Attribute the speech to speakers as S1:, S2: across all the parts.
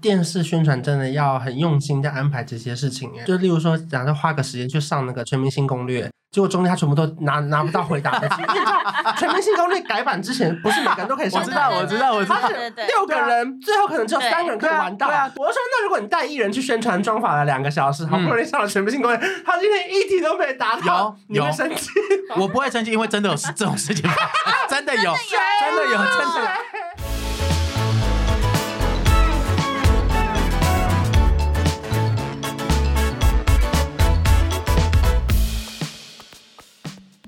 S1: 电视宣传真的要很用心在安排这些事情哎，就例如说，假设花个时间去上那个《全明星攻略》，结果中间他全部都拿拿不到回 答的，因为你知道《全明星攻略》改版之前不是每个人都可以上
S2: 我
S1: 的，
S2: 知道我知道我知道
S1: 他
S3: 对对
S1: 是
S3: 对
S1: 六个人，最后可能只有
S3: 对
S1: 三个人可以玩到。
S2: 对啊
S1: 我就说那如果你带艺人去宣传妆法了两个小
S2: 嗯
S1: 时，好不容易上了《全明星攻略》，他今天一题都没答到，
S2: 有
S1: 你会
S2: 有
S1: 生气吗？
S2: 我不会生气，因为真的有事这种事情 发生，真的有，真的有，真的有。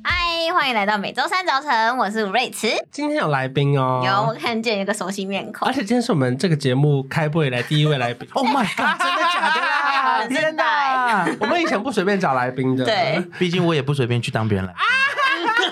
S3: 嗨，欢迎来到每周三早晨，我是吴瑞慈。
S1: 今天有来宾哦，
S3: 有，我看见一个熟悉面孔
S1: 而，且今天啊是我们这个节目开播以来第一位来宾。
S2: Oh my god！真的假 的啦？
S3: 真的
S2: 天哪！
S1: 我们以前不随便找来宾的，
S3: 对，
S2: 毕竟我也不随便去当别人来
S3: 啊
S2: 宾。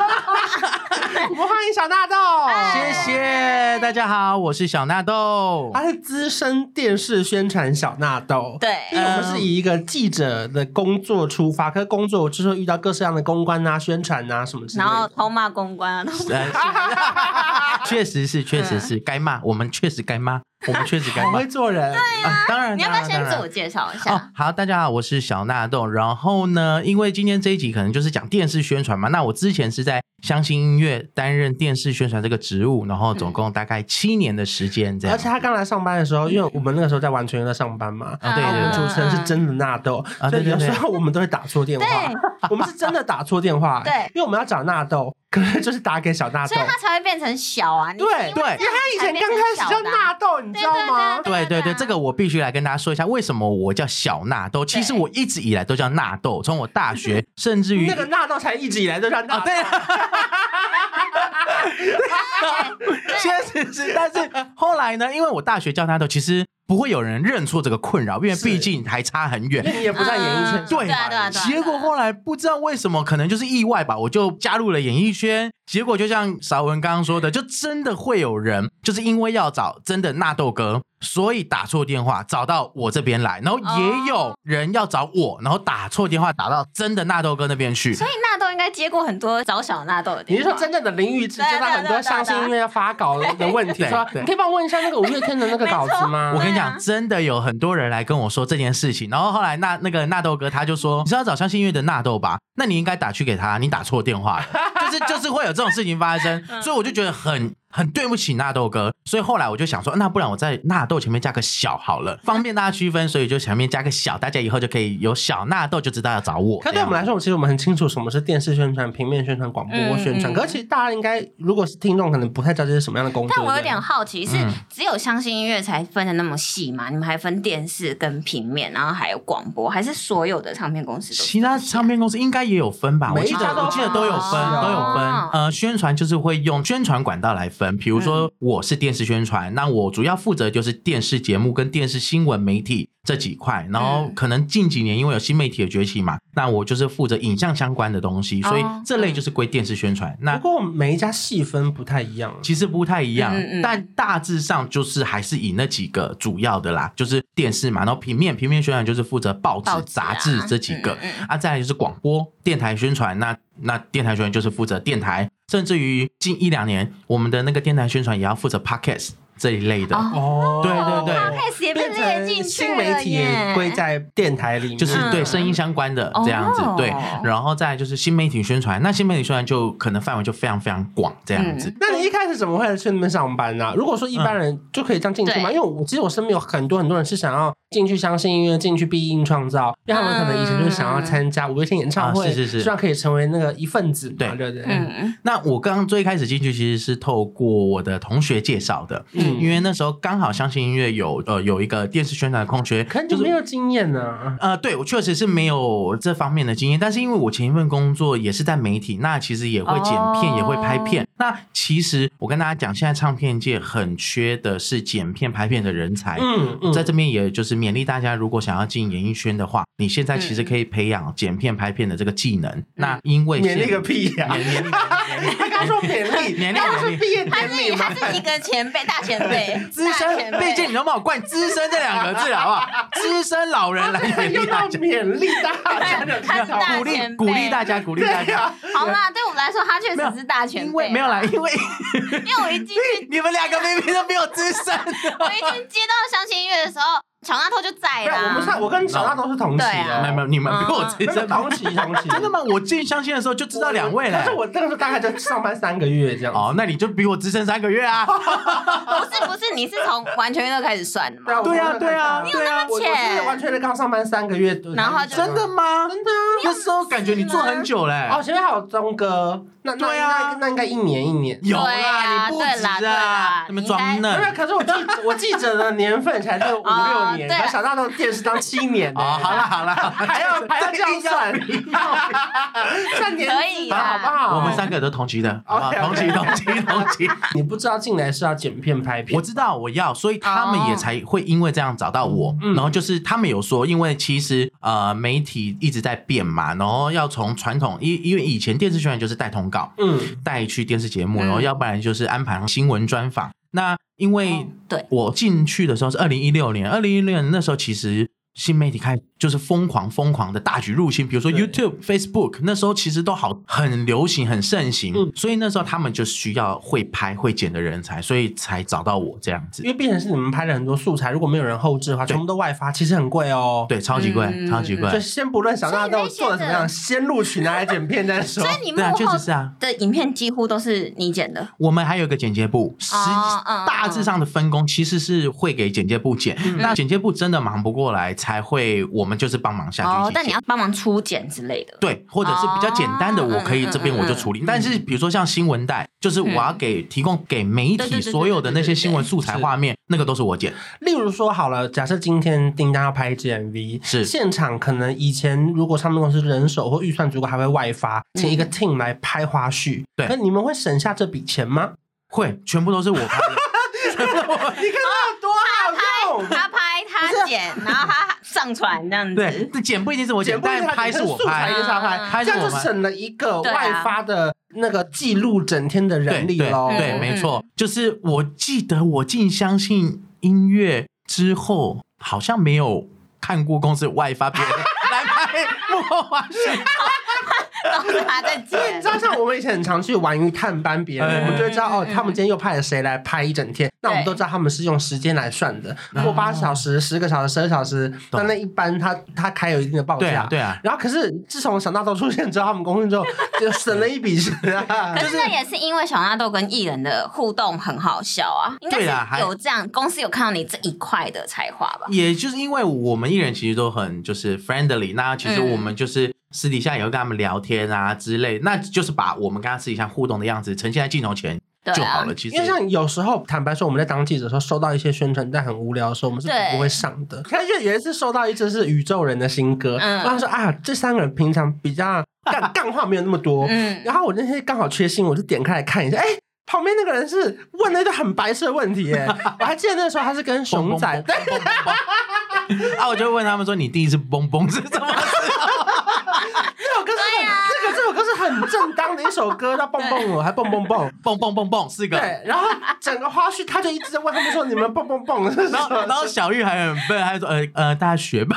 S1: 我们欢迎小纳豆，
S3: 哎
S2: 谢谢大家好，我是小纳豆。
S1: 他是资深电视宣传小纳豆。
S3: 对
S1: 因为我们是以一个记者的工作出发，可是工作就是会遇到各式各样的公关啊、宣传啊什么之类
S3: 然后
S1: 的。
S3: 偷骂公关啊，偷
S2: 呃 是确实是，确实
S3: 嗯
S2: 是该骂，我们确实 该骂，我们确实该
S1: 好
S2: 骂。
S1: 会做人，
S2: 啊当 然，
S3: 你要不要
S2: 当然
S3: 先
S2: 当
S3: 自
S2: 然
S3: 我介绍一
S2: 哦
S3: 下？，
S2: 好，大家好，我是小纳豆。然后呢，因为今天这一集可能就是讲电视宣传嘛，那我之前是在相信音乐担任电视宣传这个职务，然后总
S3: 嗯
S2: 共大概七年的时间这样
S1: 而。且他刚来上班的时候，因为我们那个时候在完全娱乐上班嘛，
S2: 啊对
S1: 我们
S3: 嗯
S2: 对
S1: 哦主持人是真的纳豆，所
S2: 啊对
S1: 以有
S2: 对对
S1: 时候我们都会打错电话
S3: 对，
S1: 我们是真的打错电话，
S3: 对
S1: 因为我们要找纳豆，可是就是打给小纳豆
S3: 所以，他才会变成小啊，你是
S1: 对
S3: 因为
S2: 对
S3: 这
S1: 因为
S3: 样
S1: 他以
S3: 才
S1: 前
S3: 变
S1: 刚
S3: 成
S1: 开始
S3: 小
S1: 叫
S3: 的啊
S1: 纳豆，你知道
S3: 对对对
S1: 吗
S3: 啊？
S2: 对对
S3: 对
S2: 对，
S3: 啊
S2: 这个我必须来跟大家说一下，为什么我叫小纳豆？其实我一直以来都叫纳豆，从我 大学甚至于
S1: 那个纳豆才一直以来都叫纳
S2: 啊，
S1: 豆，
S2: 对啊， 确实是，但是后来呢，因为我大学叫纳豆，其实不会有人认错这个困扰，因为
S1: 是
S2: 毕竟还差很远
S1: 因。为你也不在演艺圈，
S3: 嗯
S2: 对
S3: 对啊对啊对啊
S2: 结果后来不知道为什么，可能就是意外吧，我就加入了演艺圈。结果就像邵文刚刚说的，就真的会有人就是因为要找真的纳豆哥，所以打错电话找到我这边来，然后也有人要找我，然后打错电话打到真的纳豆哥那边去。
S3: 所以纳豆应该接过很多找小纳豆的
S1: 你
S3: 电
S1: 是
S3: 话
S1: 说真正的淋雨之接到
S3: 啊
S1: 很多上新音乐发稿的问题，
S2: 对
S1: 说
S2: 对
S1: 你可以帮我问一下那个五月天的那个稿子吗
S2: 我？跟你
S3: 对啊
S2: 讲，真的有很多人来跟我说这件事情，然后后来那那个纳豆哥他就说，你是要找相信音乐的纳豆吧？那你应该打去给他，你打错电话了，就是就是会有这种事情发生，所以我就觉得很很对不起纳豆哥，所以后来我就想说，那不然我在纳豆前面加个小好了，方便大家区分，所以就前面加个小，大家以后就可以有小纳豆就知道要找我。
S1: 可对我们来说，其实我们很清楚什么是电视宣传、平面宣传、广播宣传。
S3: 嗯嗯
S1: 可是其实大家应该，如果是听众，可能不太知道这是什么样的工作。
S3: 但我有
S1: 对不对
S3: 点好奇，是
S2: 嗯
S3: 只有相信音乐才分的那么细吗？你们还分电视跟平面，然后还有广播，还是所有的唱片公司都是
S2: 其他唱片公司应该也有分吧？我
S1: 每一
S2: 记得
S1: 家都
S2: 我记得都有分，
S1: 有
S2: 都有分
S3: 哦。
S2: 呃，宣传就是会用宣传管道来分，比如
S3: 嗯
S2: 说我是电视宣传，那我主要负责就是电视节目跟电视新闻媒体这几块。然后
S3: 嗯
S2: 可能近几年因为有新媒体的崛起嘛，那我就是负责影像相关的东西，所以
S3: 哦嗯
S2: 这类就是归电视宣传。那
S1: 不过每一家细分不太一样。
S2: 其实不太一样，
S3: 嗯嗯嗯
S2: 但大致上就是还是以那几个主要的啦，就是电视嘛，然后平面平面宣传就是负责报纸、
S3: 报纸啊
S2: 杂志这几个，
S3: 嗯嗯嗯
S2: 啊，再来就是广播电台宣传，那那电台宣传就是负责电台，甚至于近一两年我们的那个电台宣传也要负责 podcast 这一类的，
S3: 哦
S1: 哦
S2: 对对对
S3: Podcast 也被列
S1: 变
S3: 进
S1: 成
S3: 去
S1: 新
S3: 了
S1: 媒体也
S3: 耶
S1: 归在电台里面，
S2: 就是
S3: 嗯
S2: 对声音相关的这样子
S3: 哦，
S2: 对，然后再来就是新媒体宣传，那新媒体宣传就可能范围就非常非常广这样子，
S1: 那你一开始怎么会去那边上班
S2: 嗯
S1: 呢、如果说一般人就可以这样进去吗？
S3: 对
S1: 因为我其实我身边有很多很多人是想要进去相信音乐，进去必应创造，因为他们可能以前就是想要参加五月天演唱会，
S2: 啊是是是
S1: 希望可以成为那个一份子嘛，
S2: 对
S1: 对不对？
S3: 嗯，
S2: 那我刚刚最开始进去其实是透过我的同学介绍的，
S1: 嗯
S2: 因为那时候刚好相信音乐有呃有一个电视宣传的空缺，
S1: 可能
S2: 就
S1: 你没
S2: 是。
S1: 有经验呢、啊。
S2: 呃，对我确实是没有这方面的经验，但是因为我前一份工作也是在媒体，那其实也会剪片，
S3: 哦
S2: 也会拍片。那其实我跟大家讲，现在唱片界很缺的是剪片、拍片的人才。
S1: 嗯嗯，
S2: 哎在这边也就是勉励大家，如果想要进演艺圈的话，你现在其实可以培养剪片、拍片的这个技能。那因为
S1: 勉
S2: 现
S1: 励个屁呀、
S2: 勉勉励勉 励
S1: 他刚说勉励，
S2: 勉励
S1: 他
S2: 勉
S1: 是
S2: 励
S1: 毕业
S3: 他
S1: 典礼
S3: 是
S1: 吗
S3: 他？是一个前辈，大前辈，
S2: 资
S3: 大
S2: 深
S3: 前，辈
S2: 毕竟你都帮我冠“资深”这两个字，好不好？资深老 人来勉
S1: 用
S2: 励
S1: 到勉
S2: 大
S1: 励大家的
S3: 他是
S1: 力道
S3: 大
S2: 家，
S3: 前
S2: 鼓励
S3: 辈啊
S2: 鼓励大家，鼓励大
S1: 对啊
S2: 家。
S1: 呀、
S3: 好啦，对我们来说，他确
S2: 没有
S3: 实是大前辈，
S4: 啊
S2: 因为没有来，因为
S4: 因为我一进 去，
S2: 你们两个明明都比我资深，
S4: 我一进接到相亲月的时候，小纳头就在
S1: 没有，我不是
S4: 啦。
S1: 啊，我跟小娜都是同期
S4: 对 啊
S2: 没有没
S1: 的，
S2: 有，你们比我资
S1: 真的
S2: 深吧
S1: 同？期同期，
S2: 真的吗？我进相亲的时候就知道两位了
S1: 可。是我那个时候大概就上班三个月这样。
S2: 哦，那你就比我资深三个 月啊！
S3: 不是不是，你是从完全乐开始算的吗？
S1: 啊
S2: 对啊对啊
S1: 我
S2: 对啊！
S1: 我真的完全的刚上班三个月，
S3: 然后就
S2: 真的吗？
S1: 真的啊
S2: 那时候感觉你做很久嘞、
S1: 哦，前面还有钟哥，那那
S2: 哎对啊
S1: 那那应该一年一年。
S2: 有
S4: 对
S2: 啦，
S4: 啊
S2: 你不
S4: 对
S2: 止
S4: 啦对
S2: 啊
S4: 啦，
S2: 那么装
S1: 对啊，
S2: 嫩。
S1: 可是我记我记者的年份才是五六年，
S4: 对
S1: 可小大到电视当七年呢。
S2: 哦，好啦好啦，
S1: 还要还要这样 算，算年
S4: 可以
S1: 资吧
S4: 啦
S1: 好不好？
S2: 我们三个都同期的，好吧
S1: OK，OK
S2: 同期同期同期。
S1: 你不知道进来是要剪片拍片，
S2: 我知道我要，所以他们也才会因为这样找到我。
S1: 嗯
S2: 然后就是他们有说，因为其实呃媒体一直在变嘛，然后要从传统，因因为以前电视宣传就是带通告，
S1: 嗯，
S2: 带去电视节目，
S3: 嗯
S2: 然后要不然就是安排新闻专访。那因为
S3: 哦对
S2: 我进去的时候是二零一六年，二零一六年那时候其实新媒体开始就是疯狂疯狂的大举入侵，比如说
S1: 对
S2: YouTube、Facebook，那时候其实都好很流行、很盛行，
S1: 嗯
S2: 所以那时候他们就需要会拍会剪的人才，所以才找到我这样子
S1: 因。为变成是你们拍了很多素材，如果没有人后置的话，
S2: 对
S1: 全部都外发，其实很贵哦。
S2: 对，超级贵，
S3: 嗯
S2: 超级贵，
S1: 就先不论小纳豆做的怎么样，先录取拿来剪片再说
S3: 所。以你幕
S2: 对啊，确
S3: 后
S2: 实是啊。
S3: 的影片几乎都是你剪的，
S2: 我们还有一个剪接部，实、
S3: 哦嗯
S2: 大致上的分工其实是会给剪接部剪，
S1: 嗯
S2: 那剪接部真的忙不过来，才会我们就是帮忙下去一起剪。
S3: 哦，但你要帮忙出剪之类 的。
S2: 对，或者是比较简单的，
S3: 哦
S2: 我可以
S3: 嗯
S2: 这边
S3: 嗯
S2: 我就
S3: 嗯
S2: 处理。但是比如说像新闻带，就是我要给提供给媒
S3: 对对
S2: 体
S3: 对对
S2: 所有
S3: 对
S2: 的
S3: 对
S2: 那些
S3: 对
S2: 新闻
S3: 对
S2: 素材
S1: 是
S2: 画面，那个都是我剪。
S1: 例如说好了，假设今天叮当要拍一支 MV，
S2: 是
S1: 现场可能以前如果唱片公司人手或预算足够，还会外发请一个 team 来拍花絮。
S2: 嗯对
S1: 那你们会省下这笔钱吗？
S2: 会，全部都是我 拍的。
S1: 你看
S2: 啊
S1: 它有啊多好用，
S3: 他拍他剪，然后他上传这样子。
S2: 对，这剪不一定是我剪，
S1: 剪不一
S2: 但
S1: 定
S2: 拍是我
S1: 素材
S2: 拍
S1: 也。是他拍，
S2: 拍是
S1: 这样
S2: 我
S1: 就
S2: 拍
S1: 省了一个
S3: 对啊
S1: 外发的那个记录整天的
S2: 对
S1: 人力
S2: 对
S1: 喽。
S2: 对，
S3: 嗯
S2: 没错，就是我记得我进相信音乐之后，好像没有看过公司外发别人 来拍幕后花絮。
S3: 都是他在
S1: 因为
S3: 剪
S1: 你 知。道，像我们以前很常去玩于探班别人，
S2: 嗯
S1: 我们就会知道哦，他们今天又派了谁来拍一整天。那我们都知道他们是用时间来算的，过八小时、十个小时、十二小时，那
S2: 哦懂
S1: 那一般他他开有一定的报
S2: 对啊
S1: 价，。
S2: 对啊，
S1: 然后可是自从小纳豆出现之后，他们公司之后就省了一笔钱 啊。
S3: 可是那也是因为小纳豆跟艺人的互动很好笑啊，应该
S2: 对啦还
S3: 是有这样公司有看到你这一块的才华吧？
S2: 也就是因为我们艺人其实都很就是 friendly，那其实我们就是私底下也会跟他们聊天啊之类，那就是把我们跟他私底下互动的样子呈现在镜头前
S3: 对
S2: 就好
S3: 啊
S2: 了。，其实
S1: 因为像有时候，坦白说，我们在当记者的时候，收到一些宣传但很无聊的时候，我们是
S3: 对
S1: 不会上的。看就有一次收到一支是宇宙人的新歌，
S3: 嗯
S1: 然后说啊，这三个人平常比较 干干话没有那么多，
S3: 嗯，
S1: 然后我那天刚好缺心，我就点开来看一下，哎、旁边那个人是问了一个很白痴的问题、 哎，我还记得那时候他是跟熊仔，对，
S2: 啊，我就问他们说：“你第一次蹦蹦是怎么
S1: 这首歌是
S3: 哎
S1: 很、这个这首歌是很正当的一首歌，叫蹦蹦我还蹦蹦蹦，
S2: 蹦蹦蹦蹦四个？”
S1: 对，然后整个花絮他就一直在问他们说你们蹦 蹦蹦是什
S2: 然后
S1: 么
S2: 然后小玉还很笨，还说：“呃呃，大 学吧。”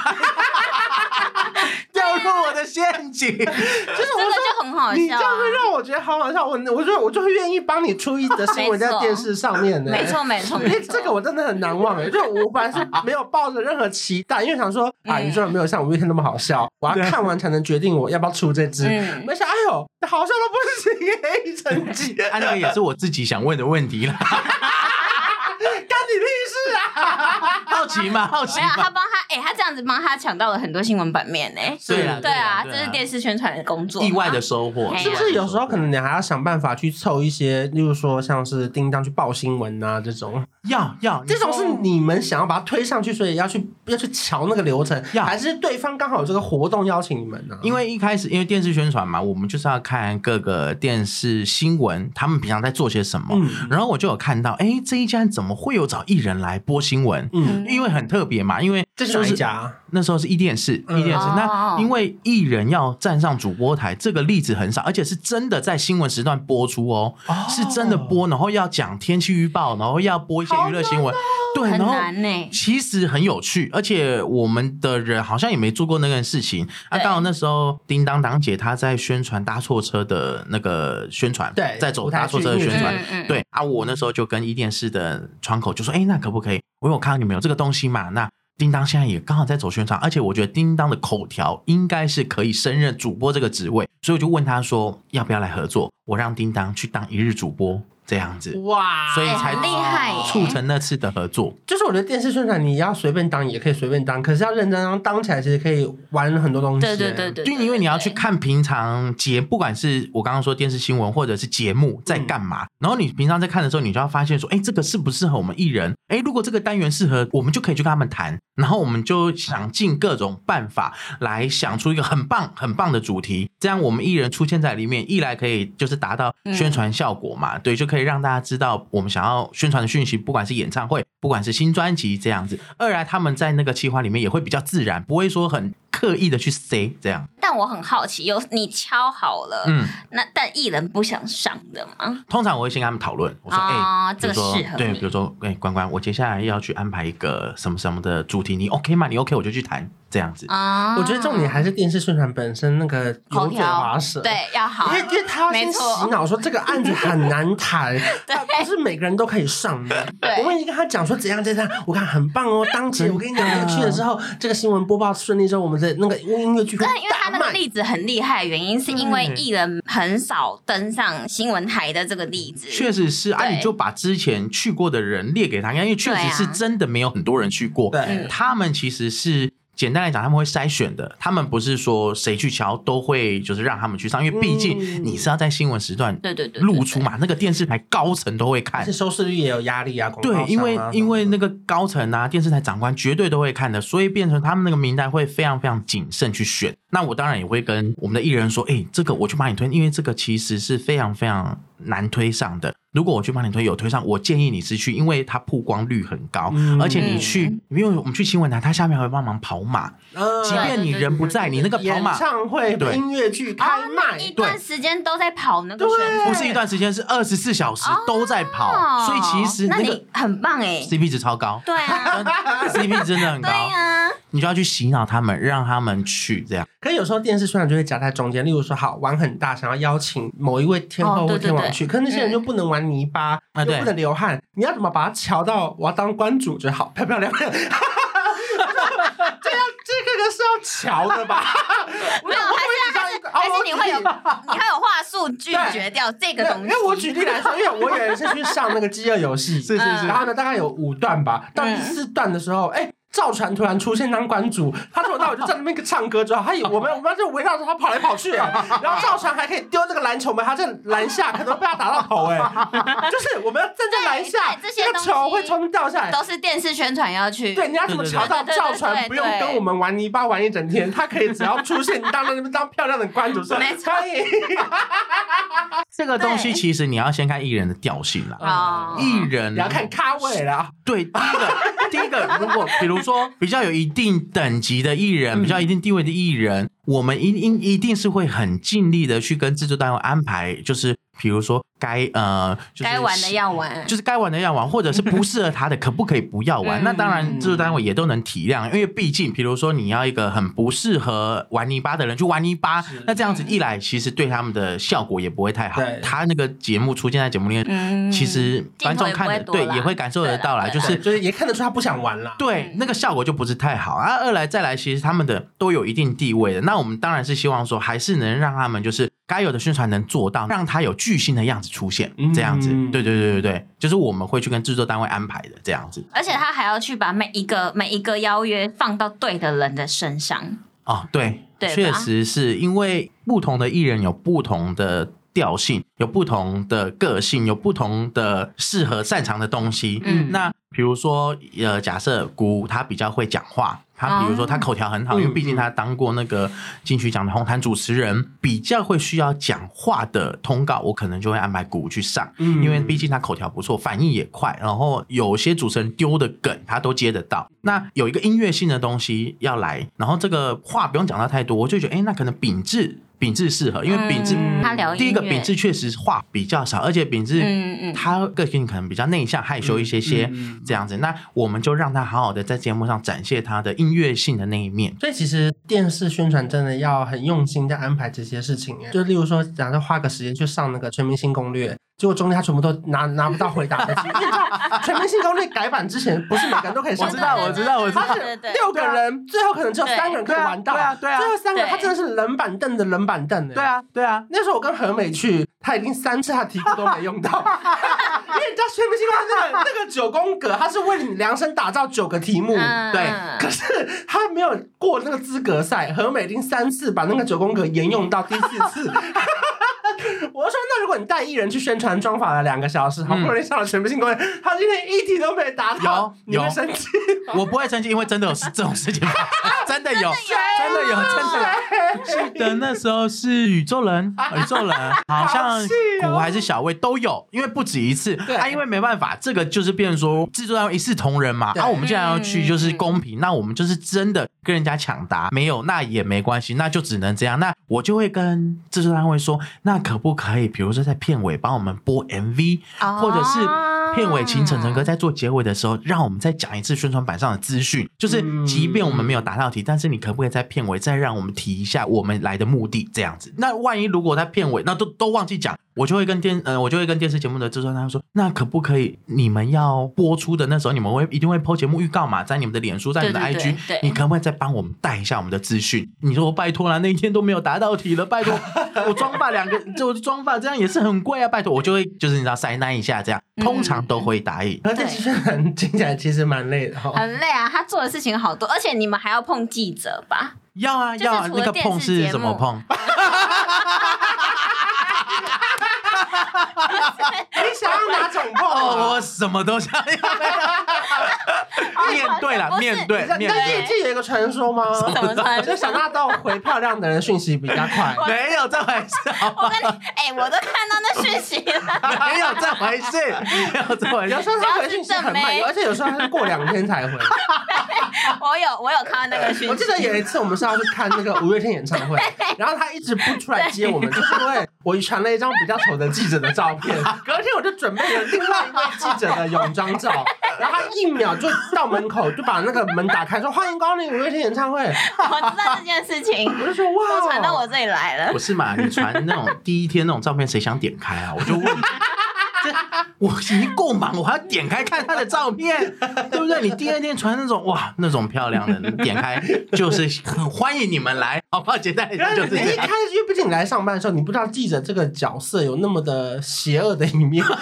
S2: 掉入我的陷阱，
S1: 就是
S3: 这
S1: 我
S3: 个
S1: 说。
S3: 就很好
S1: 你这
S3: 笑
S1: 样会
S3: 啊。
S1: 让我觉得好好笑，我我就我就会愿意帮你出一则 新闻在电视上面的、哎
S3: 没错，没错，
S1: 因
S3: 没
S1: 为
S3: 错。
S1: 这个我真的很难忘哎，就我本来是没有抱着任何期待，因为想说啊，
S3: 嗯
S1: 宇宙人没有像五月天那么好笑，我要看完才能决定我要不要出这支。
S3: 嗯
S1: 没想到，哎呦，好笑到不行，一整集，
S2: 啊，那个也是我自己想问的问题啦，
S1: 干你屁事啊！
S2: 好奇嘛，好奇
S3: 没有，
S2: 嘛
S3: 他，帮他，哎、他这样子帮他抢到了很多新闻版面呢、
S2: 对啦
S3: 对啊，
S2: 对啦对
S3: 这
S2: 啦
S3: 是电视宣传的工作嘛，
S2: 意外的收获，
S3: 哎呀
S1: 是不是有时候可能你还要想办法去凑一些，例如说像是叮当去报新闻啊这种，
S2: 要要
S1: 这种是你们想要把它推上去，所以要去要去瞧那个流程，
S2: 要
S1: 还是对方刚好有这个活动邀请你们呢、
S2: 因为一开始因为电视宣传嘛，我们就是要看各个电视新闻，他们平常在做些什么。
S1: 嗯
S2: 然后我就有看到，哎，这一家怎么会有找艺人来播新闻？
S1: 嗯，
S2: 因为很特别嘛，因为
S1: 这是
S2: 就
S1: 哪一
S2: 是
S1: 家啊？
S2: 那时候是一电视，
S1: 嗯
S2: 一电视。
S3: 哦
S2: 那因为艺人要站上主播台，这个例子很少，而且是真的在新闻时哦
S1: 哦
S2: 段播出哦，是真的播，然后要讲天气预报，然后要播一些娱乐新闻，对，
S3: 很
S2: 然后
S3: 难呢。
S2: 其实很有趣，而且我们的人好像也没做过那件事情。啊，
S4: 对
S2: 刚好那时候叮当当姐她在宣传搭错车的那个宣传，
S1: 对
S2: 在走
S1: 舞台
S2: 搭错车的
S1: 剧
S2: 宣传
S1: 嗯，
S4: 嗯，
S2: 对啊，我那时候就跟一店市的窗口就说，哎、那可不可以？我有看到你们有这个东西嘛？那叮当现在也刚好在走宣传，而且我觉得叮当的口条应该是可以胜任主播这个职位，所以我就问他说要不要来合作，我让叮当去当一日主播这样子，
S1: 哇
S2: 所以
S4: 哎
S2: 才哦
S4: 很厉害耶
S2: 促成那次的合作。
S1: 就是我觉得电视宣传你要随便当也可以随便当，可是要认真当，当起来其实可以玩很多东西。
S3: 对对对。对，
S2: 就因为你要去看平常节，不管是我刚刚说电视新闻或者是节目在干嘛，
S3: 嗯
S2: 然后你平常在看的时候，你就要发现说，哎，这个适不适合我们艺人？哎，如果这个单元适合，我们就可以去跟他们谈，然后我们就想尽各种办法来想出一个很棒很棒的主题，这样我们艺人出现在里面，一来可以就是达到宣传效果
S3: 嗯
S2: 嘛，对，就可以让大家知道我们想要宣传的讯息，不管是演唱会，不管是新专辑这样子；二来他们在那个企划里面也会比较自然，不会说很刻意的去塞这样。
S4: 但我很好奇，有你敲好了，
S2: 嗯，
S4: 那但艺人不想上的吗？
S2: 通常我会先跟他们讨论，我说，哎、
S4: 哦
S2: 比如
S4: 这个
S2: 说
S4: 适合
S2: 对，
S4: 你
S2: 比如说，哎、关关，我接下来要去安排一个什么什么的主题，你 OK 吗？你 OK 我就去谈这样子。
S4: 啊
S1: 我觉得重点还是电视宣传本身那个油
S4: 口
S1: 嘴
S4: 条
S1: 滑舌，，
S4: 对要好
S1: 因为，因为他要先
S4: 没错
S1: 洗脑说这个案子很难 谈，他不是每个人都可以上的。
S4: 对
S1: 我们已经跟他讲说怎样怎样，我看很棒哦。当姐，我跟你讲，那个去了之后，这个新闻播报顺利之后，我们的那个音乐剧会
S4: 但因为他
S1: 大
S4: 那
S1: 卖。
S4: 个例子很厉害，原因是因为
S2: 嗯
S4: 艺人很少登上新闻台的这个例子，
S2: 确实是啊，
S4: 嗯对
S2: 你就把之前去过的人列给他看，因为确
S4: 对
S2: 实
S4: 啊
S2: 是真的没有很多人去过。
S4: 嗯
S1: 对，
S2: 他们其实是简单来讲，他们会筛选的，他们不是说谁去瞧都会就是让他们去上，因为毕竟
S1: 嗯
S2: 你是要在新闻时段
S4: 对对对对
S2: 露出嘛，那个电视台高层都会看
S1: 而且，收视率也有压力啊。广告商
S2: 对，
S1: 啊
S2: 因为
S1: 什么的
S2: 因为那个高层啊，电视台长官绝对都会看的，所以变成他们那个名单会非常非常谨慎去选。那我当然也会跟我们的艺人说，哎、这个我去帮你推，因为这个其实是非常非常难推上的。如果我去帮你推有推上，我建议你是去，因为它曝光率很高，
S1: 嗯
S2: 而且你去，因为我们去新闻台，它下面还会帮忙跑马，
S1: 嗯
S2: 即便你人不在，你那个跑
S1: 演
S2: 马
S1: 唱会、
S2: 对
S1: 音乐剧开
S4: 哦，那
S1: 卖，
S4: 一段时间都在跑那个宣传
S2: 不是一段时间，是二十四小时都在跑，
S4: 哦
S2: 所以其实
S4: 那
S2: 那个
S4: 你很棒哎，
S2: CP 值超高。
S4: 对啊，
S2: CP 值真 的很高，
S4: 对啊，
S2: 你就要去洗脑他们，让他们去这样。
S1: 可是有时候电视宣传就会夹在中间，例如说好玩很大，想要邀请某一位天后或
S4: 哦对
S1: 天王去，可是那些人
S4: 嗯
S1: 又不能玩泥巴，
S2: 啊
S1: 又
S2: 对
S1: 不能流汗，你要怎么把它调到我要当关主就好，漂漂 亮亮。这样这个是要瞧的 吧？
S4: 没有，还是还
S1: 哦
S4: 是还是 你会有你会有话术拒绝掉这个东
S1: 因
S4: 西，
S1: 为我举例来说，因为我有一次去上那个饥饿游戏，
S2: 是是是
S1: 然后呢，大概有五段吧，到第四段的时候，哎、赵传突然出现当馆主，他从头到尾就在那边唱歌，之后，他以我们我们就围绕着他跑来跑去 啊。然后赵传还可以丢这个篮球嘛，他在篮下可能被他打到头 哎、就是我们要站在篮下，
S4: 对对这些
S1: 那个
S4: 东西
S1: 球会从掉下来。
S4: 都是电视宣传要去，
S1: 对，你要怎么瞧到
S4: 对对对
S1: 赵传
S4: 对对
S1: 不用
S4: 对
S1: 跟我们玩泥巴玩一整天，他可以只要出现当那边当漂亮的关主，说
S4: 没错
S1: 欢迎。
S2: 这个东西
S4: 对
S2: 其实你要先看艺人的调性啦。
S4: 哦
S2: 艺人
S1: 你要看咖位啦，
S2: 对第一个第一个，如果比如说比较有一定等级的艺人，比较一定地位的艺人，我们一定一定是会很尽力的去跟制作单位安排，就是比如说该呃，就是
S4: 该玩的要玩，
S2: 就是该玩的要玩，或者是不适合他 的，可不可以不要玩？
S4: 嗯
S2: 那当然，制作单位也都能体谅，因为毕竟，比如说你要一个很不适合玩泥巴的人去玩泥巴
S1: 是，
S2: 那这样子一来，其实对他们的效果也不会太好
S1: 对。
S2: 他那个节目出现在节目里面，
S4: 嗯
S2: 其实观众
S4: 镜头也不
S2: 看
S4: 会
S2: 的
S4: 多
S2: 对
S4: 啦
S2: 也会感受得到啦，
S4: 对啦
S2: 就
S4: 对
S2: 是
S1: 对就是也看得出他不想玩啦。
S4: 嗯
S2: 对，那个效果就不是太好啊。二来再来，其实他们的都有一定地位的，那我们当然是希望说，还是能让他们就是该有的宣传能做到，让他有巨星的样子出现
S1: 嗯，
S2: 这样子。对对对对对，就是我们会去跟制作单位安排的这样子。
S4: 而且他还要去把每一个每一个邀约放到对的人的身上，
S2: 哦，对，
S4: 对吧
S2: 确实是因为不同的艺人有不同的。调性有不同的个性，有不同的适合擅长的东西。
S4: 嗯
S2: 那比如说，呃，假设姑她比较会讲话，他比如说他口条很好，
S1: 嗯
S2: 因为毕竟他当过那个金曲奖的红毯主持人，比较会需要讲话的通告，我可能就会安排鼓去上，
S1: 嗯
S2: 因为毕竟他口条不错，反应也快，然后有些主持人丢的梗他都接得到。那有一个音乐性的东西要来，然后这个话不用讲到太多，我就觉得哎，那可能秉志秉志适合，因为秉志、
S4: 嗯他聊音乐
S2: 第一个秉志确实话比较少，而且秉志
S4: 嗯嗯
S2: 他个性可能比较内向、害羞一些些
S1: 嗯嗯嗯
S2: 这样子，那我们就让他好好的在节目上展现他的音乐性的那一面。
S1: 所以其实电视宣传真的要很用心在安排这些事情耶，就例如说，假设花个时间去上那个《全明星攻略》，结果中间他全部都拿拿不到回答的机会。因为你知道《全明星攻略》改版之前，不是每个人都可以上
S2: 我知道，
S4: 对
S2: 我知道，我知
S4: 对
S2: 道。
S4: 对对对
S1: 六个人，最后可能只有三个人可以玩到，
S2: 对啊对啊对啊
S1: 最后三个人他
S4: 对
S1: 真的是冷板凳的冷板凳，欸
S2: 对。啊，对啊，
S1: 那时候我跟何美去，他已经三次他题库都没用 到，因为你知道《全明星攻略》那个那个九宫格，他是为你量身打造九个题目，
S4: 嗯
S2: 对
S4: 嗯
S1: 可是他没有过那个资格赛，何美已经三次把那个九宫格沿用到第四次。 我就说，那如果你带艺人去宣传妆法了两个小时，好不容易上了全明星公演，他今天一题都没答到，
S2: 有
S1: 你会
S2: 有
S1: 生气吗？
S2: 我不会生气，因为真的有事这种事 情发生，真的有，真的有，真的有。记得那时候是宇宙 人，宇宙人好像
S1: 气哦
S2: 古还是小魏都有，因为不止一次。
S1: 对
S2: 啊，因为没办法，这个就是变成说制作单位一视同仁嘛。
S1: 对
S2: 啊，我们既然要去就是公平，那我们就是真的跟人家抢答，没有那也没关系，那就只能这样。那我就会跟制作单位说，那可不可以，比如说在片尾帮我们播 MV，
S4: 哦
S2: 或者是片尾请晨晨哥在做结尾的时候，让我们再讲一次宣传板上的资讯，就是
S1: 嗯
S2: 即便我们没有答到题，但是你可不可以在片尾再让我们提一下我们来的目的这样子？那万一如果在片尾那都都忘记讲，我就会跟电呃我就会跟电视节目的制作人他们说，那可不可以你们要播出的那时候，你们会一定会播节目预告嘛，在你们的脸书，在你们的
S4: 对
S2: IG，
S4: 哦对对对
S2: 你可不可以再帮我们带一下我们的资讯？你说拜托啦，那一天都没有答到题了，拜托，我妆发两个，就妆发这样也是很贵啊，拜托，我就会就是你知道塞奶一下这样，通常都会答应。
S1: 而且其实很听起来其实蛮累的哈、哦。
S4: 很累啊，他做的事情好多，而且你们还要碰记者吧？
S2: 要啊
S4: 就是
S2: 要啊，
S4: 除了
S2: 那个碰是怎么碰？
S1: 你想要哪种
S2: 哦，
S1: 碰？
S2: 我什么都想 要。面对了，
S4: 不是
S2: 面
S1: 你
S2: 对
S1: 知道
S2: 面
S1: 但
S2: 对，
S1: 业界有一个传说吗？
S4: 怎么穿？
S1: 就想大到回漂亮的人讯息比较 快。
S2: 没有这回事，好吧？
S4: 哎、我都看到那讯息了，
S2: 没有这回事，没有这回
S1: 有时
S2: 事。
S1: 候他回讯息很慢，而且有时候他是过两天才回。
S4: 我有我有看到那个讯息，
S1: 我 记得有一次我们是要去看那个五月天演唱 会，然后他一直不出来接我们，就是因为我传了一张比较丑的记者的照 片，隔天我就准备了另外一位记者的泳装照，然后他一秒就到门口就把那个门打开，说欢迎光临五月天演唱会，
S4: 我知道这件事情，
S1: 我就说哇
S4: 都
S1: 哦，
S4: 传到我这里来了
S2: 不。是嘛？你传那种第一天那种照片，谁想点开啊？我就问你。这我已经够忙，我还要点开看他的照片，对不对？你第二天传那种哇，那种漂亮的，你点开就是很欢迎你们来，好不好？简单一
S1: 然
S2: 点
S1: 后
S2: 就是
S1: 你
S2: 这
S1: 一
S2: 样
S1: 开。始，因为毕竟你来上班的时候，你不知道记者这个角色有那么的邪恶的一面。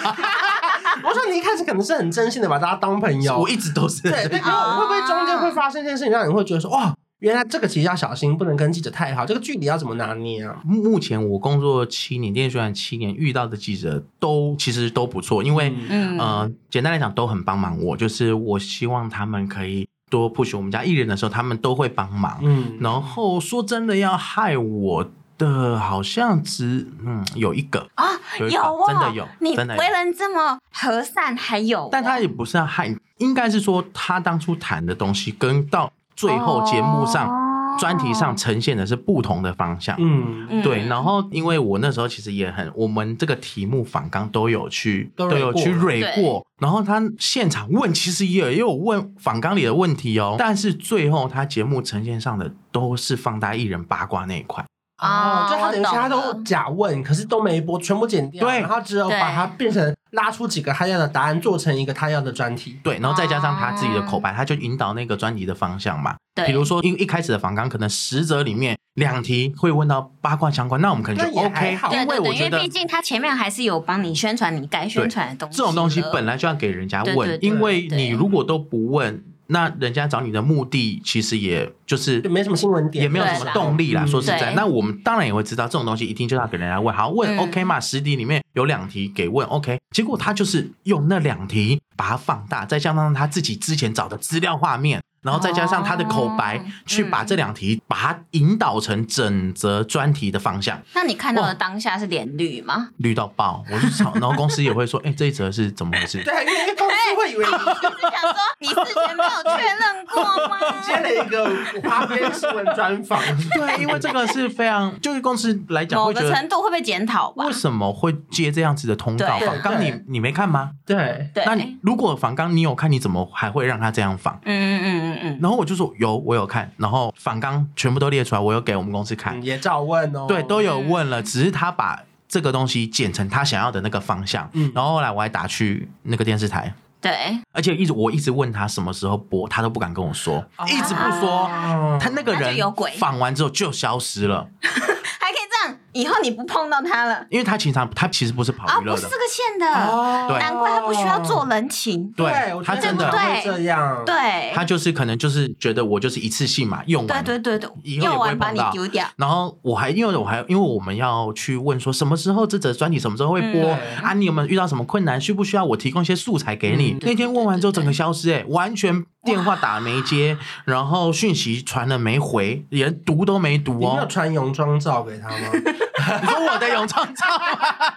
S1: 我说你一开始可能是很真心的把大家当朋友
S2: 我，一直都是
S1: 对，对，
S4: 啊
S1: 会不会中间会发生一件事情，让你会觉得说哇，原来这个其实要小心，不能跟记者太好，这个距离要怎么拿捏啊？
S2: 目前我工作七年，电视学院七年遇到的记者都其实都不错，因为、
S4: 嗯
S2: 呃，简单来讲都很帮忙我，就是我希望他们可以多 push 我们家艺人的时候，他们都会帮忙。
S1: 嗯，
S2: 然后说真的，要害我的好像只嗯有一个，
S4: 啊，
S2: 有一
S4: 有
S2: 个
S4: 哦，
S2: 真的有
S4: 你
S2: 真的有
S4: 为人这么和善，还有哦，
S2: 但他也不是要害你，应该是说他当初谈的东西跟到最后节目上、
S4: 哦
S2: 专题上呈现的是不同的方向。
S1: 嗯，
S4: 嗯
S2: 对，然后因为我那时候其实也很，我们这个题目访纲都有去
S1: 都蕊
S2: 有去
S1: 过
S2: 蕊过，然后他现场问，其实也有也有问访纲里的问题哦，但是最后他节目呈现上的都是放大艺人八卦那一块。
S1: 哦
S4: 啊，，
S1: 就他等于其
S4: 我懂
S1: 他
S4: 了
S1: 都假问，可是都没播，全部剪掉，
S2: 对
S1: 然后只有
S4: 对
S1: 把它变成拉出几个他要的答案，做成一个他要的专题。
S2: 对，然后再加上他自己的口白，他就引导那个专题的方向嘛。
S4: 哦对
S2: 比如说，因为一开始的访纲可能十则里面两题会问到八卦相关，那我们可能就
S1: 那也还
S2: OK，
S1: 好
S4: 对
S2: 因为
S4: 对
S2: 我
S4: 对，
S2: 觉
S4: 因为
S2: 得
S4: 毕竟他前面还是有帮你宣传你该宣传的东西，
S2: 这种东西本。来就要给人家
S4: 对对
S2: 问，
S4: 对
S2: 因为
S4: 对
S2: 你如果都不问，那人家找你的目的其实也就是
S1: 就没什么新闻点，
S2: 也没有
S4: 对
S2: 什么
S4: 啦
S2: 动力啦。
S1: 嗯
S2: 说实在，
S4: 对
S2: 那我们当然也会知道这种东西一定就要给人家问，好问
S4: 嗯
S2: OK 嘛？十题里面有两题给问 OK，结果他就是用那两题把它放大，再加上他自己之前找的资料画面。然后再加上他的口白，
S4: 哦
S2: 去把这两题把它引导成整则专题的方向，
S4: 那你看到的当下是脸绿 吗？
S2: 绿到爆。我就吵，然后公司也会说，哎、这一则是怎么回 事？
S1: 对，因为因为公司会以为你
S4: 就想说你事前没有确认过 吗？
S1: 接了一个花边新闻专访，
S2: 对，因为这个是非常，就是公司来讲
S4: 某
S2: 会觉
S4: 个
S2: 得
S4: 程度会被检讨吧
S2: 为？什么会接这样子的通告
S4: 对
S2: 访刚？你
S1: 对
S2: 你没看吗？
S1: 对，
S4: 对，
S2: 那
S4: 嗯
S2: 你如果访刚你有看，你怎么还会让他这样访？
S4: 嗯嗯嗯嗯，
S2: 然后我就说有，我有看，然后访刚全部都列出来，我有给我们公司看
S1: 嗯，也照问哦，
S2: 对，都有问了，只是他把这个东西剪成他想要的那个方向。
S1: 嗯
S2: 然后后来我还打去那个电视台，
S4: 对，
S2: 而且一直我一直问他什么时候播，他都不敢跟我说，一直不说。
S1: 哦
S2: 他那个
S4: 那
S2: 人
S4: 就有鬼
S2: 访完之后就消失了，
S4: 还可以这样，以后你不碰到他了
S2: 因为他平常他其实不是跑
S4: 啊，
S2: 娱乐
S4: 不是
S2: 的，
S4: 这个线的，
S1: 哦
S2: 对
S4: 难怪他不需要做人情。
S1: 对，我觉
S2: 他
S1: 得
S2: 真
S1: 很
S2: 的
S1: 多人
S4: 对
S1: 会这样，
S4: 对，
S2: 他就是可能就是觉得我就是一次性嘛，用
S4: 对
S2: 完
S4: 对对对，
S2: 以后也
S4: 用
S2: 不会
S4: 完把
S2: 碰
S4: 你
S2: 到
S4: 丢 掉。
S2: 然后我还因为我还因为我们要去问说什么时候这则专题什么时候会播、
S1: 嗯对
S2: 啊？你有没有遇到什么困难？需不需要我提供一些素材给你？
S1: 嗯
S2: 那天问完之后整个消失、欸，完全电话打没接，然后讯息传了没回，连读都没读
S1: 你没有
S2: 哦。
S1: 传泳装照给 他吗？
S2: 你说我的泳装 照吗？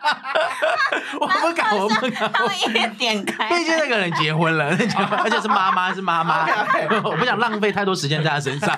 S2: 我不敢，我不敢。
S4: 他们一点 开，
S2: 毕竟那个人结婚了，那结婚而且是妈妈，是妈妈
S1: OK，OK，
S2: 我不想浪费太多时间在她身上。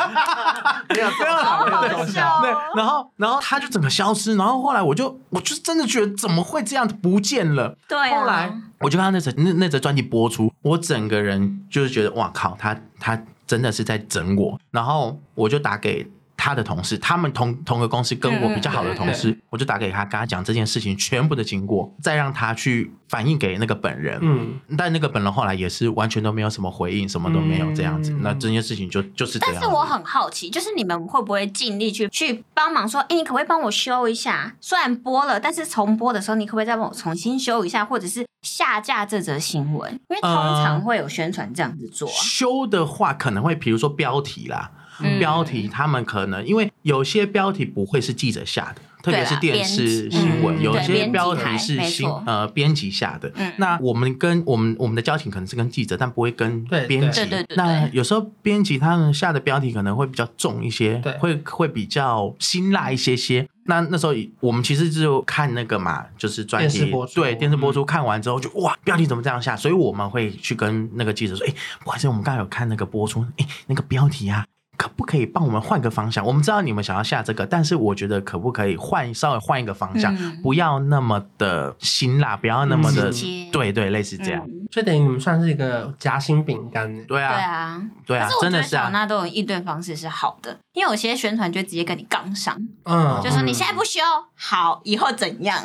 S1: 没有，没有，
S4: 好
S1: 没有
S4: 笑哦
S2: 对，然后然后他就整个消失，然后后来我就我就真的觉得怎么会这样不见了？
S4: 对啊
S2: 后来我就看到那则那那则专辑播出，我整个人就是觉得哇靠，他他真的是在整我，然后我就打给。他的同事，他们同同个公司跟我比较好的同事，我就打给他，跟他讲这件事情全部的经过，再让他去反映给那个本人。
S1: 嗯，
S2: 但那个本人后来也是完全都没有什么回应，什么都没有这样子。
S1: 嗯
S2: 那这件事情就就是这样
S4: 但
S2: 了。
S4: 是我很好奇，就是你们会不会尽力去去帮忙说，哎、你可不可以帮我修一下？虽然播了，但是重播的时候，你可不可以再帮我重新修一下，或者是下架这则新闻？因为通常会有宣传这样子做、啊。
S2: 修的话，可能会比如说标题啦，
S4: 嗯
S2: 标题他们可能因为有些标题不会是记者下的，特别是电视
S4: 啊编辑
S2: 新闻，
S1: 嗯
S2: 有
S1: 对
S2: 些标题
S4: 编辑
S2: 是
S4: 台没
S2: 新
S4: 错
S2: 呃编辑下的。
S4: 嗯
S2: 那我们跟我们我们的交情可能是跟记者，但不会跟
S1: 对
S2: 编辑
S4: 对对对。对
S2: 那有时候编辑他们下的标题可能会比较重一些
S4: 嗯
S1: 对，
S2: 会会比较辛辣一些些。那那时候我们其实就看那个嘛，就是专
S1: 电
S2: 题
S1: 视播出嗯
S2: 对电视播出看完之后就哇标题怎么这样下，所以我们会去跟那个记者说，哎、不好意思，我们刚才有看那个播出，哎、那个标题啊。可不可以帮我们换个方向？我们知道你们想要下这个，但是我觉得可不可以换稍微换一个方向，
S4: 嗯
S2: 不要那么的辛辣，不要那么
S1: 直
S2: 的、
S1: 嗯
S4: 接
S2: 对对，类似这样，
S1: 所以等于你们算是一个夹心饼干欸呢。
S2: 对
S4: 对
S2: 啊，
S4: 啊，
S2: 对啊
S4: 可是，我
S2: 真
S4: 觉
S2: 的
S4: 得
S2: 是
S4: 小
S2: 啊，
S4: 娜这种应对方式是好的，因为有些宣传就直接跟你杠上，
S1: 嗯，
S4: 就说你现在不修好，以后怎样？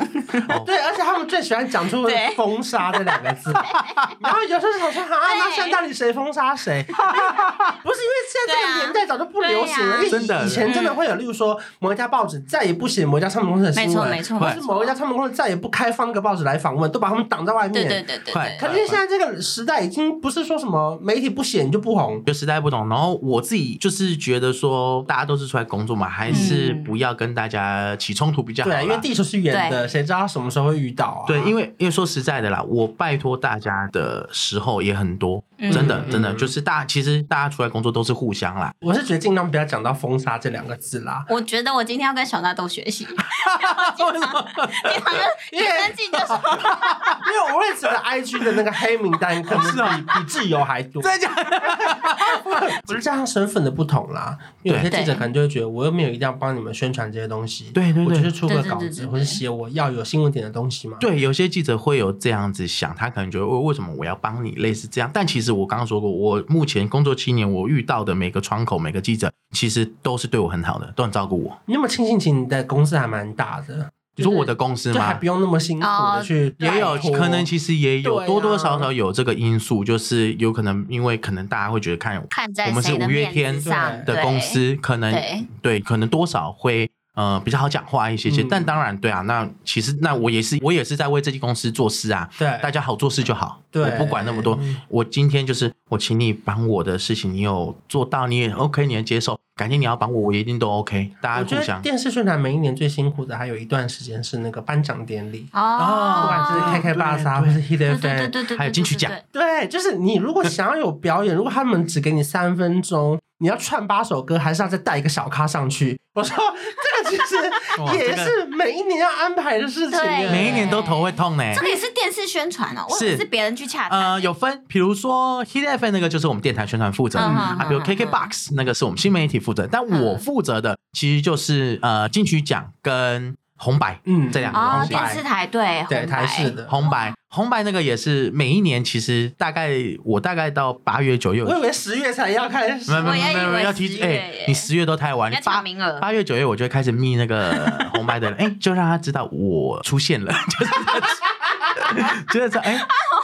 S1: 对，而且他们最喜欢讲出
S4: 对
S1: “封杀”这两个字， 然后有时候就想说，啊，
S4: 对
S1: 那现在到底谁封杀 谁？不是因为现在这个年代早就不流行了，
S4: 啊对啊
S1: 因为
S2: 真的
S1: 以以前真的会有，例如说某一家报纸再也不写某一家唱片公司的新
S4: 没错
S1: 闻，
S4: 没错
S1: 或
S4: 没
S1: 是
S4: 错
S1: 某一家唱片公司再也不开放那个报纸来访问，都把他们挡在外面。
S4: 对对对对
S2: 快
S4: 对，
S1: 可是现在这个时代已经不是说什么媒体不写你就不红，
S2: 就时代不同，然后我自己就是觉得说，大家都是出来工作嘛，还是不要跟大家起冲突比较好啦。
S1: 对，啊因为地球是圆的，谁知道什么时候会遇到啊？
S2: 对，因
S1: 为
S2: 为因为说实在的啦，我拜托大家的时候也很多，
S4: 嗯
S2: 真的
S1: 嗯
S2: 真的，
S1: 嗯
S2: 就是大其实大家出来工作都是互相啦。
S1: 我是觉得尽量不要讲到封杀这两个字啦。
S4: 我觉得我今天要跟小纳豆学 习， 经常就一生气就说
S1: 因为我会觉得 IG 的那个黑名单可能比比自由还多，
S2: 啊真的假的？
S1: 只是加上身份的不同啦。因为有些
S4: 对
S1: 记者可能就会觉得，我又没有一定要帮你们宣传这些东西，
S2: 对对
S1: 我
S2: 对
S1: 就是出个
S4: 对对
S1: 稿
S4: 对
S1: 子，
S4: 对
S1: 或是写我要有新闻点的东西嘛。
S2: 对，有些记者会有这样子想，他可能觉得为为什么我要帮你，类似这样。但其实我刚刚说过，我目前工作七年，我遇到的每个窗口、每个记者，其实都是对我很好的，都很照顾我。
S1: 你有没有庆幸，其实你的公司还蛮大的，
S2: 你说我的公司
S1: 就还
S2: 吗
S1: 不？用那么辛苦
S4: 哦
S1: 的去
S2: 也有
S1: 拜托
S2: 可能，其实也有、
S1: 对啊
S2: 多多少少有这个因素，就是有可能因为可能大家会觉得看
S4: 看在
S2: 我们是
S4: 谁的
S2: 五月
S4: 面
S2: 天
S4: 子上
S2: 的公，司，可能
S4: 对
S2: 可能多少会。呃，比较好讲话一些些，
S1: 嗯
S2: 但当然，对啊，那其实那我也是，我也是在为这间公司做事啊，
S1: 对
S2: 大家好做事就好，
S1: 对嗯
S2: 我不管那么多，我今天就是我请你帮我的事情，你有做到，你也 OK，你能接受。改天你要帮我，我一定都 OK。大
S1: 我
S2: 家
S1: 觉
S2: 互
S1: 得
S2: 相
S1: 电视宣传每一年最辛苦的，还有一段时间是那个颁奖典礼，不
S2: 哦
S1: 管是
S2: 哦
S1: KK 巴萨
S2: 对
S1: 啊或是 Hit
S4: 对对对
S1: FM，
S4: 对对，
S2: 还有金曲奖
S4: 对，对
S1: 对，就是你如果想要有表演，如果他们只给你三分钟，你要串八首歌，还是要再带一个小咖上去？我说 这个其
S2: 哇
S1: 实也
S2: 这个
S1: 是每一年要安排的事情
S4: 对
S1: 耶，
S2: 每一年都头会痛呢、
S4: 对这个也是电视宣传哦，我以为
S2: 是
S4: 是别人去洽谈。哦
S2: 呃，有分，比如说 Hit FM 那个就是我们电台宣传负责的、
S4: 嗯
S2: 啊，比如 KKBox 那个是我们新媒体负责的，但我负责的其实就是呃金曲奖跟红白。
S1: 嗯
S2: 这两个
S4: 哦
S2: 东，
S1: 红
S2: 西
S4: 电视
S1: 白
S4: 台对
S1: 对
S4: 红
S1: 台
S4: 白
S1: 式的。
S2: 红白，红白那个也是每一年，其实大概我大概到八月九月，
S1: 我以为十月才要开始
S2: 没有，没
S4: 我也
S2: 有没有
S4: 以
S2: 没
S4: 为
S2: 有要提
S4: 十
S2: 哎、
S4: 月耶
S2: 你十月都太晚，
S4: 你
S2: 你
S4: 要
S2: 八
S4: 抢名额，
S2: 八月九月我就会开始密那个红白的人，哎、就让他知道我出现了， 就是他就是说哎、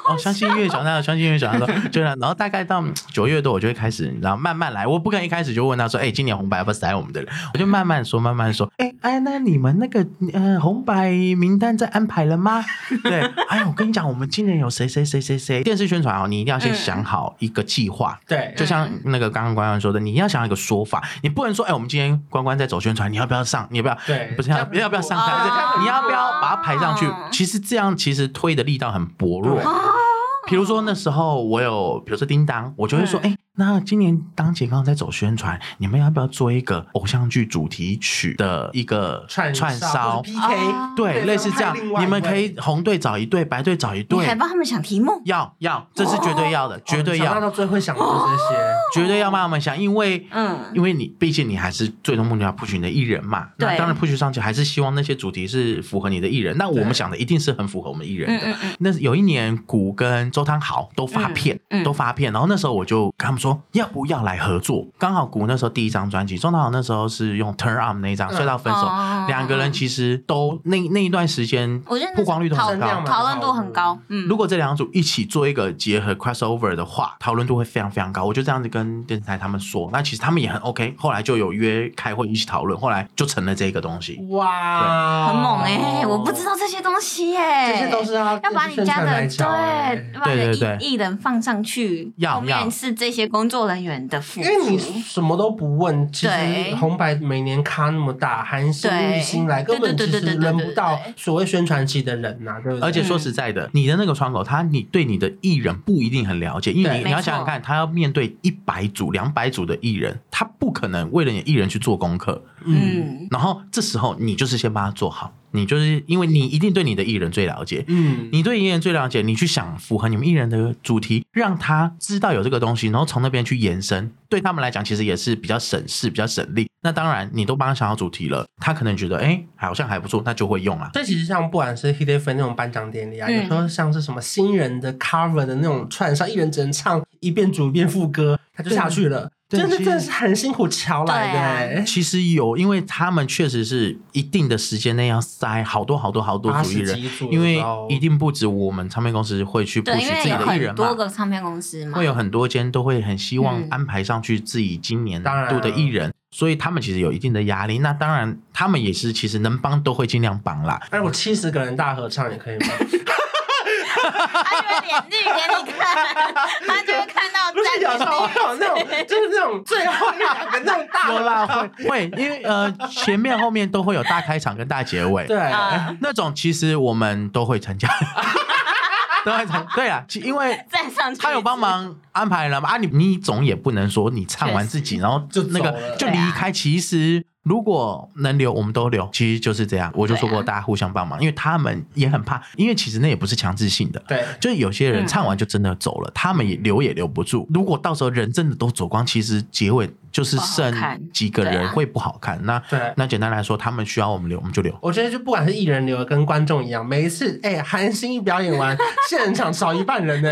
S2: 哦，相信音乐小那相信音乐小那说，就让然后大概到嗯九月多我就会开始，然后慢慢来，我不可能一开始就问他说，哎、今年红白要不要塞我们的人，我就慢慢说慢慢说，哎、哎，那你们那个呃红白名单在安排了吗？对，哎，我跟你讲，我们今年有谁谁谁谁谁，电视宣传哦，你一定要先
S4: 嗯
S2: 想好一个计划，
S1: 对，
S2: 就像那个刚刚关关说的，你要想一个说法，你不能说，哎、我们今天关关在走宣传，你要不要上？你要不要？
S1: 对
S2: 不是要要
S1: 啊
S2: 不要上
S4: 哦
S2: 台？
S1: 这样
S2: 对你要不要把它排上去
S1: 嗯
S4: 哦？
S2: 其实这样其实推的力道很薄弱
S1: 对。
S2: 比如说那时候我有，比如说叮当，我就会说，
S1: 嗯
S2: 哎、那今年当姐刚刚在走宣传，你们要不要做一个偶像剧主题曲的一个
S1: 串
S2: 串
S1: 烧
S2: 烧
S1: 或是？PK，
S4: 哦
S2: 对，
S1: 对
S2: 类似这
S1: 然
S2: 样
S1: 后派另外，一
S2: 你们可
S1: 位
S2: 以红队找一队，白队找一
S4: 你
S2: 队
S4: 还，帮他们想题目，
S2: 要要，这是绝对要的，绝对
S1: 哦想
S2: 要
S1: 到。最会想的就是这些。
S2: 绝对要帮他们想，因为
S4: 嗯，
S2: 因为你毕竟你还是最终目标 push 你的艺人嘛，
S4: 对
S2: 那当然 push 上去还是希望那些主题是符合你的艺人。那我
S1: 对
S2: 们想的一定是很符合我们艺人
S4: 嗯
S2: 的。
S4: 嗯嗯，
S2: 那有一年，谷跟周汤豪都发片，
S4: 嗯嗯
S2: 都发片，然后那时候我就跟他们说要不要来合作。刚好谷那时候第一张专辑，周汤豪那时候是用 Turn Up 那一张
S1: 嗯
S2: 隧道分手，
S4: 哦
S2: 两个人其实都那那一段时间
S4: 我觉得那
S2: 曝光率都
S4: 讨
S2: 很
S1: 声量
S2: 高
S1: 嘛。
S4: 讨论度很高，嗯，
S2: 如果这两组一起做一个结合 crossover 的话，讨论度会非常非常高。我就这样子跟电视台他们说，那其实他们也很 OK。后来就有约开会一起讨论，后来就成了这个东
S1: 嗯
S2: 西。
S1: 哇，欸
S4: 很猛哎，我不知道这些东西哎，
S1: 这些都是要
S4: 要把你家的
S1: 来哎
S4: 对，要把
S2: 对
S4: 你
S2: 对对
S4: 的艺艺人放上去，
S2: 要
S4: 后面
S2: 要
S4: 是这些工作人员的付
S1: 因为你
S4: 出。
S1: 什么都不问，其实
S4: 对
S1: 红白每年咖那么大，韩星、
S4: 对
S1: 日星来，根本
S4: 对
S1: 其
S4: 对对
S1: 实
S4: 对对对
S1: 轮不到
S4: 对对
S1: 所谓宣传期的人呐、对不对？
S2: 而且说实在的，你的那个窗口，他你对你的艺人不一定很了解，因为
S1: 对
S2: 你你要想想看，他要面对一百组、两百组的艺人，他不可能为了你的艺人去做功课。
S1: 嗯
S4: 嗯，
S2: 然后这时候你就是先帮他做好，你就是因为你一定对你的艺人最了解，
S1: 嗯，
S2: 你对艺人最了解，你去想符合你们艺人的主题，让他知道有这个东西，然后从那边去延伸，对他们来讲其实也是比较省事、比较省力。那当然，你都帮他想好主题了，他可能觉得哎、好像还不错，那就会用啊。
S1: 所以其实像不管是 Hit f 那种颁奖典礼啊，
S4: 嗯
S1: 有时候像是什么新人的 cover 的那种串上，一人只能唱一遍主一遍副歌，他就下去了，
S2: 对
S1: 真的
S2: 其
S1: 真
S2: 实
S1: 的是很辛苦瞧来的、
S4: 对
S1: 欸。
S2: 其实有，因为他们确实是一定的时间内要塞好多好多好多
S1: 八
S2: 组艺
S1: 十
S2: 人，
S1: 几组的
S2: 因为
S1: 时候，
S2: 一定不止我们唱片公司会去布
S4: 对，
S2: 局
S4: 因为
S2: 自己
S4: 有
S2: 的艺
S4: 很
S2: 人嘛
S4: 多，个唱片公司嘛，
S2: 会有很多间都会很希望
S4: 嗯
S2: 安排上去自己今年
S1: 当然
S2: 度的艺人，所以他们其实有一定的压力。那当然，他们也是其实能帮都会尽量帮啦。
S1: 哎，我七十个人大合唱也可以 吗？
S4: 他就会 脸绿给你看，他就会看到
S1: 不是有 时候
S4: 赞
S1: 会有那种，就是那种最后一两个那种大
S2: 有
S1: 合
S2: 啦，
S1: 唱
S2: 会 会，因为呃，前面后面都会有大开场跟大结 尾，
S1: 对，
S4: 啊
S2: 那种其实我们都会 参加， 都会参。对啊，其因为
S4: 赞上去，
S2: 他有帮忙安排了嘛？啊你，你总也不能说你唱完自己，然后
S1: 就
S2: 那
S1: 走
S2: 个
S1: 了
S2: 就
S4: 对
S2: 离
S4: 啊
S2: 开。其实如果能留，我们都留。其实就是这样，我就说过
S4: 对啊
S2: 大家互相帮忙，因为他们也很怕，因为其实那也不是强制性的。
S1: 对，
S2: 就是有些人
S4: 嗯
S2: 唱完就真的走了，他们也留也留不住。如果到时候人真的都走光，其实结尾就是
S4: 不好
S2: 剩
S4: 看
S2: 几个
S4: 对
S2: 人
S4: 啊
S2: 会不好看。那
S1: 对
S2: 那简单来说，他们需要我们留，我们就留。
S1: 我觉得就不管是艺人流跟观众一样，每一次哎，韩星一表演完，现场少一半 人呢、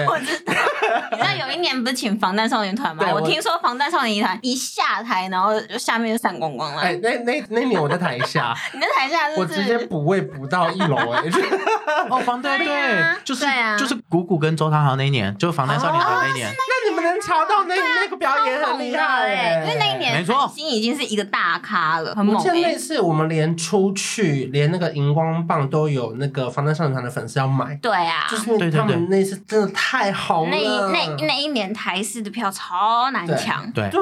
S4: 你知道有一年不是请防弹少年团吗
S1: 对？我
S4: 我听说防弹少年团一下台，然后就下面就散光光了。
S1: 哎，那那那年我在台 下，
S4: 你在台下是
S1: 我
S4: 不
S1: 直接
S4: 是？
S1: 补位补到一楼哎、
S2: 哦，防对
S4: 对啊
S2: 就是
S4: 对啊哦
S2: 就是谷谷跟周汤豪那一年，就是防弹少年团那一年。
S4: 啊
S1: 那你们能瞧到那、那个表演很厉害
S4: 哎，因为那一年
S2: 没错，
S4: 心已经是一个大咖了，很
S1: 我
S4: 猛、
S1: 记得
S4: 欸
S1: 那。次我们连出去，连那个荧光棒都有那个防弹少年团的粉丝要买，
S4: 对啊，
S1: 就是因为
S2: 对对
S1: 他们那次真的太红
S4: 那一
S1: 了。
S4: 那那一年台式的票超难
S1: 对
S4: 抢，
S2: 嗯对，
S1: 对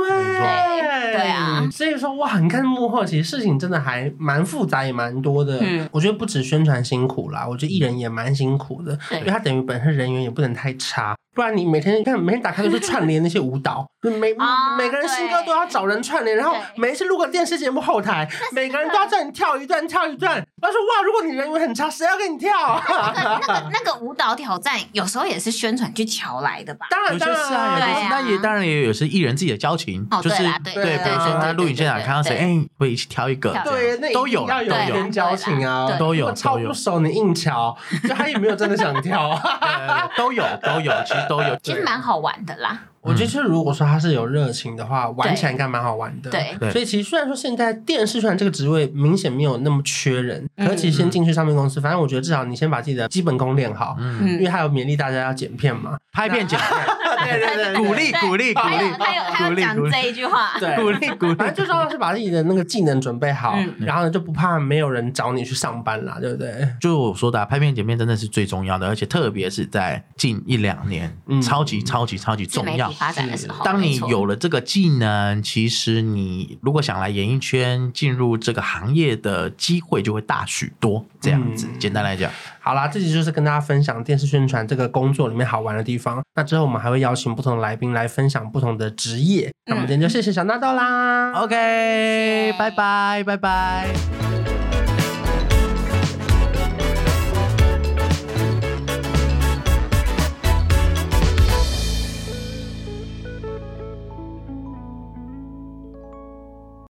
S4: 对啊，
S1: 所以说哇，你看幕后其实事情真的还蛮复杂，也蛮多的。
S4: 嗯
S1: 我觉得不止宣传辛苦啦，我觉得艺人也蛮辛苦的，
S4: 对
S1: 因为他等于本身人缘也不能太差，不然你每天看每天打开都是串联那些舞蹈，就每、
S4: 啊
S1: 每个人新歌
S4: 对
S1: 都要找人串联，然后
S4: 对
S1: 每一次录个电视节目后台，每个人都要叫你跳一段跳一段，他说哇，如果你人缘很差，谁要跟你跳、 啊？
S4: 那个那个舞蹈挑战有时候也是宣传去瞧来的吧？
S1: 当
S2: 有
S1: 然
S2: 些
S1: 当
S2: 是
S1: 然
S2: 啊，有
S4: 对
S2: 些是
S4: 啊
S2: 那也当然也有是艺人自己的交情
S4: 哦，
S2: 就
S4: 对
S2: 是
S4: 啦对
S1: 对
S2: 比如说
S1: 对
S2: 他
S1: 对
S2: 录影现场
S4: 对
S2: 看到谁，
S4: 对
S2: 哎，会一起挑一个，
S1: 对，那一定
S2: 都有
S1: 要
S2: 啦
S1: 有
S2: 都有
S1: 点交情啊，
S4: 对
S2: 都
S1: 如
S2: 有
S1: 果 超
S2: 都有
S1: 不熟你硬瞧， 就他也没有真的想跳
S2: 嗯
S1: 啊。
S2: 对都 有都有，其实都有，
S4: 其实蛮好玩的啦，
S1: 我觉得就是如果说他是有热情的话，玩起来应该蛮好玩的。
S4: 对
S2: 对
S1: 所以其实虽然说现在电视传这个职位明显没有那么缺人，
S4: 嗯
S1: 可是其实先进去唱片公司，反正我觉得至少你先把自己的基本功练好，
S2: 嗯，
S1: 因为
S4: 嗯，
S1: 还有勉励大家要剪片嘛。
S2: 拍片剪片，
S1: 对对对
S2: 鼓励
S4: 对
S2: 鼓 励鼓
S4: 还有
S2: 励
S4: 还有还
S2: 鼓
S4: 有
S2: 励
S4: 讲
S2: 鼓励
S4: 这一句话，
S1: 对
S2: 鼓励鼓
S1: 反正
S2: 励，
S1: 最重要的是把自己的那个技能准备好，
S4: 嗯
S1: 然后呢就不怕没有人找你去上班啦，对不对？
S2: 就是我说的、啊，拍片剪片真的是最重要的，而且特别是在近一两年，
S1: 嗯
S2: 超级超级超级
S4: 自
S2: 重
S4: 媒
S2: 要
S4: 体。发展的时候，
S2: 当
S4: 没
S2: 你
S4: 错
S2: 有了这个技能，其实你如果想来演艺圈进入这个行业的机会就会大许多。这样子，
S1: 嗯
S2: 简单来讲，
S1: 好啦，这集就是跟大家分享电视宣传这个工作里面好玩的地方。那之后我们还会邀请不同的来宾来分享不同的职业。那我们今天就谢谢小纳豆啦。
S2: OK，
S4: 谢
S2: 拜拜，拜拜。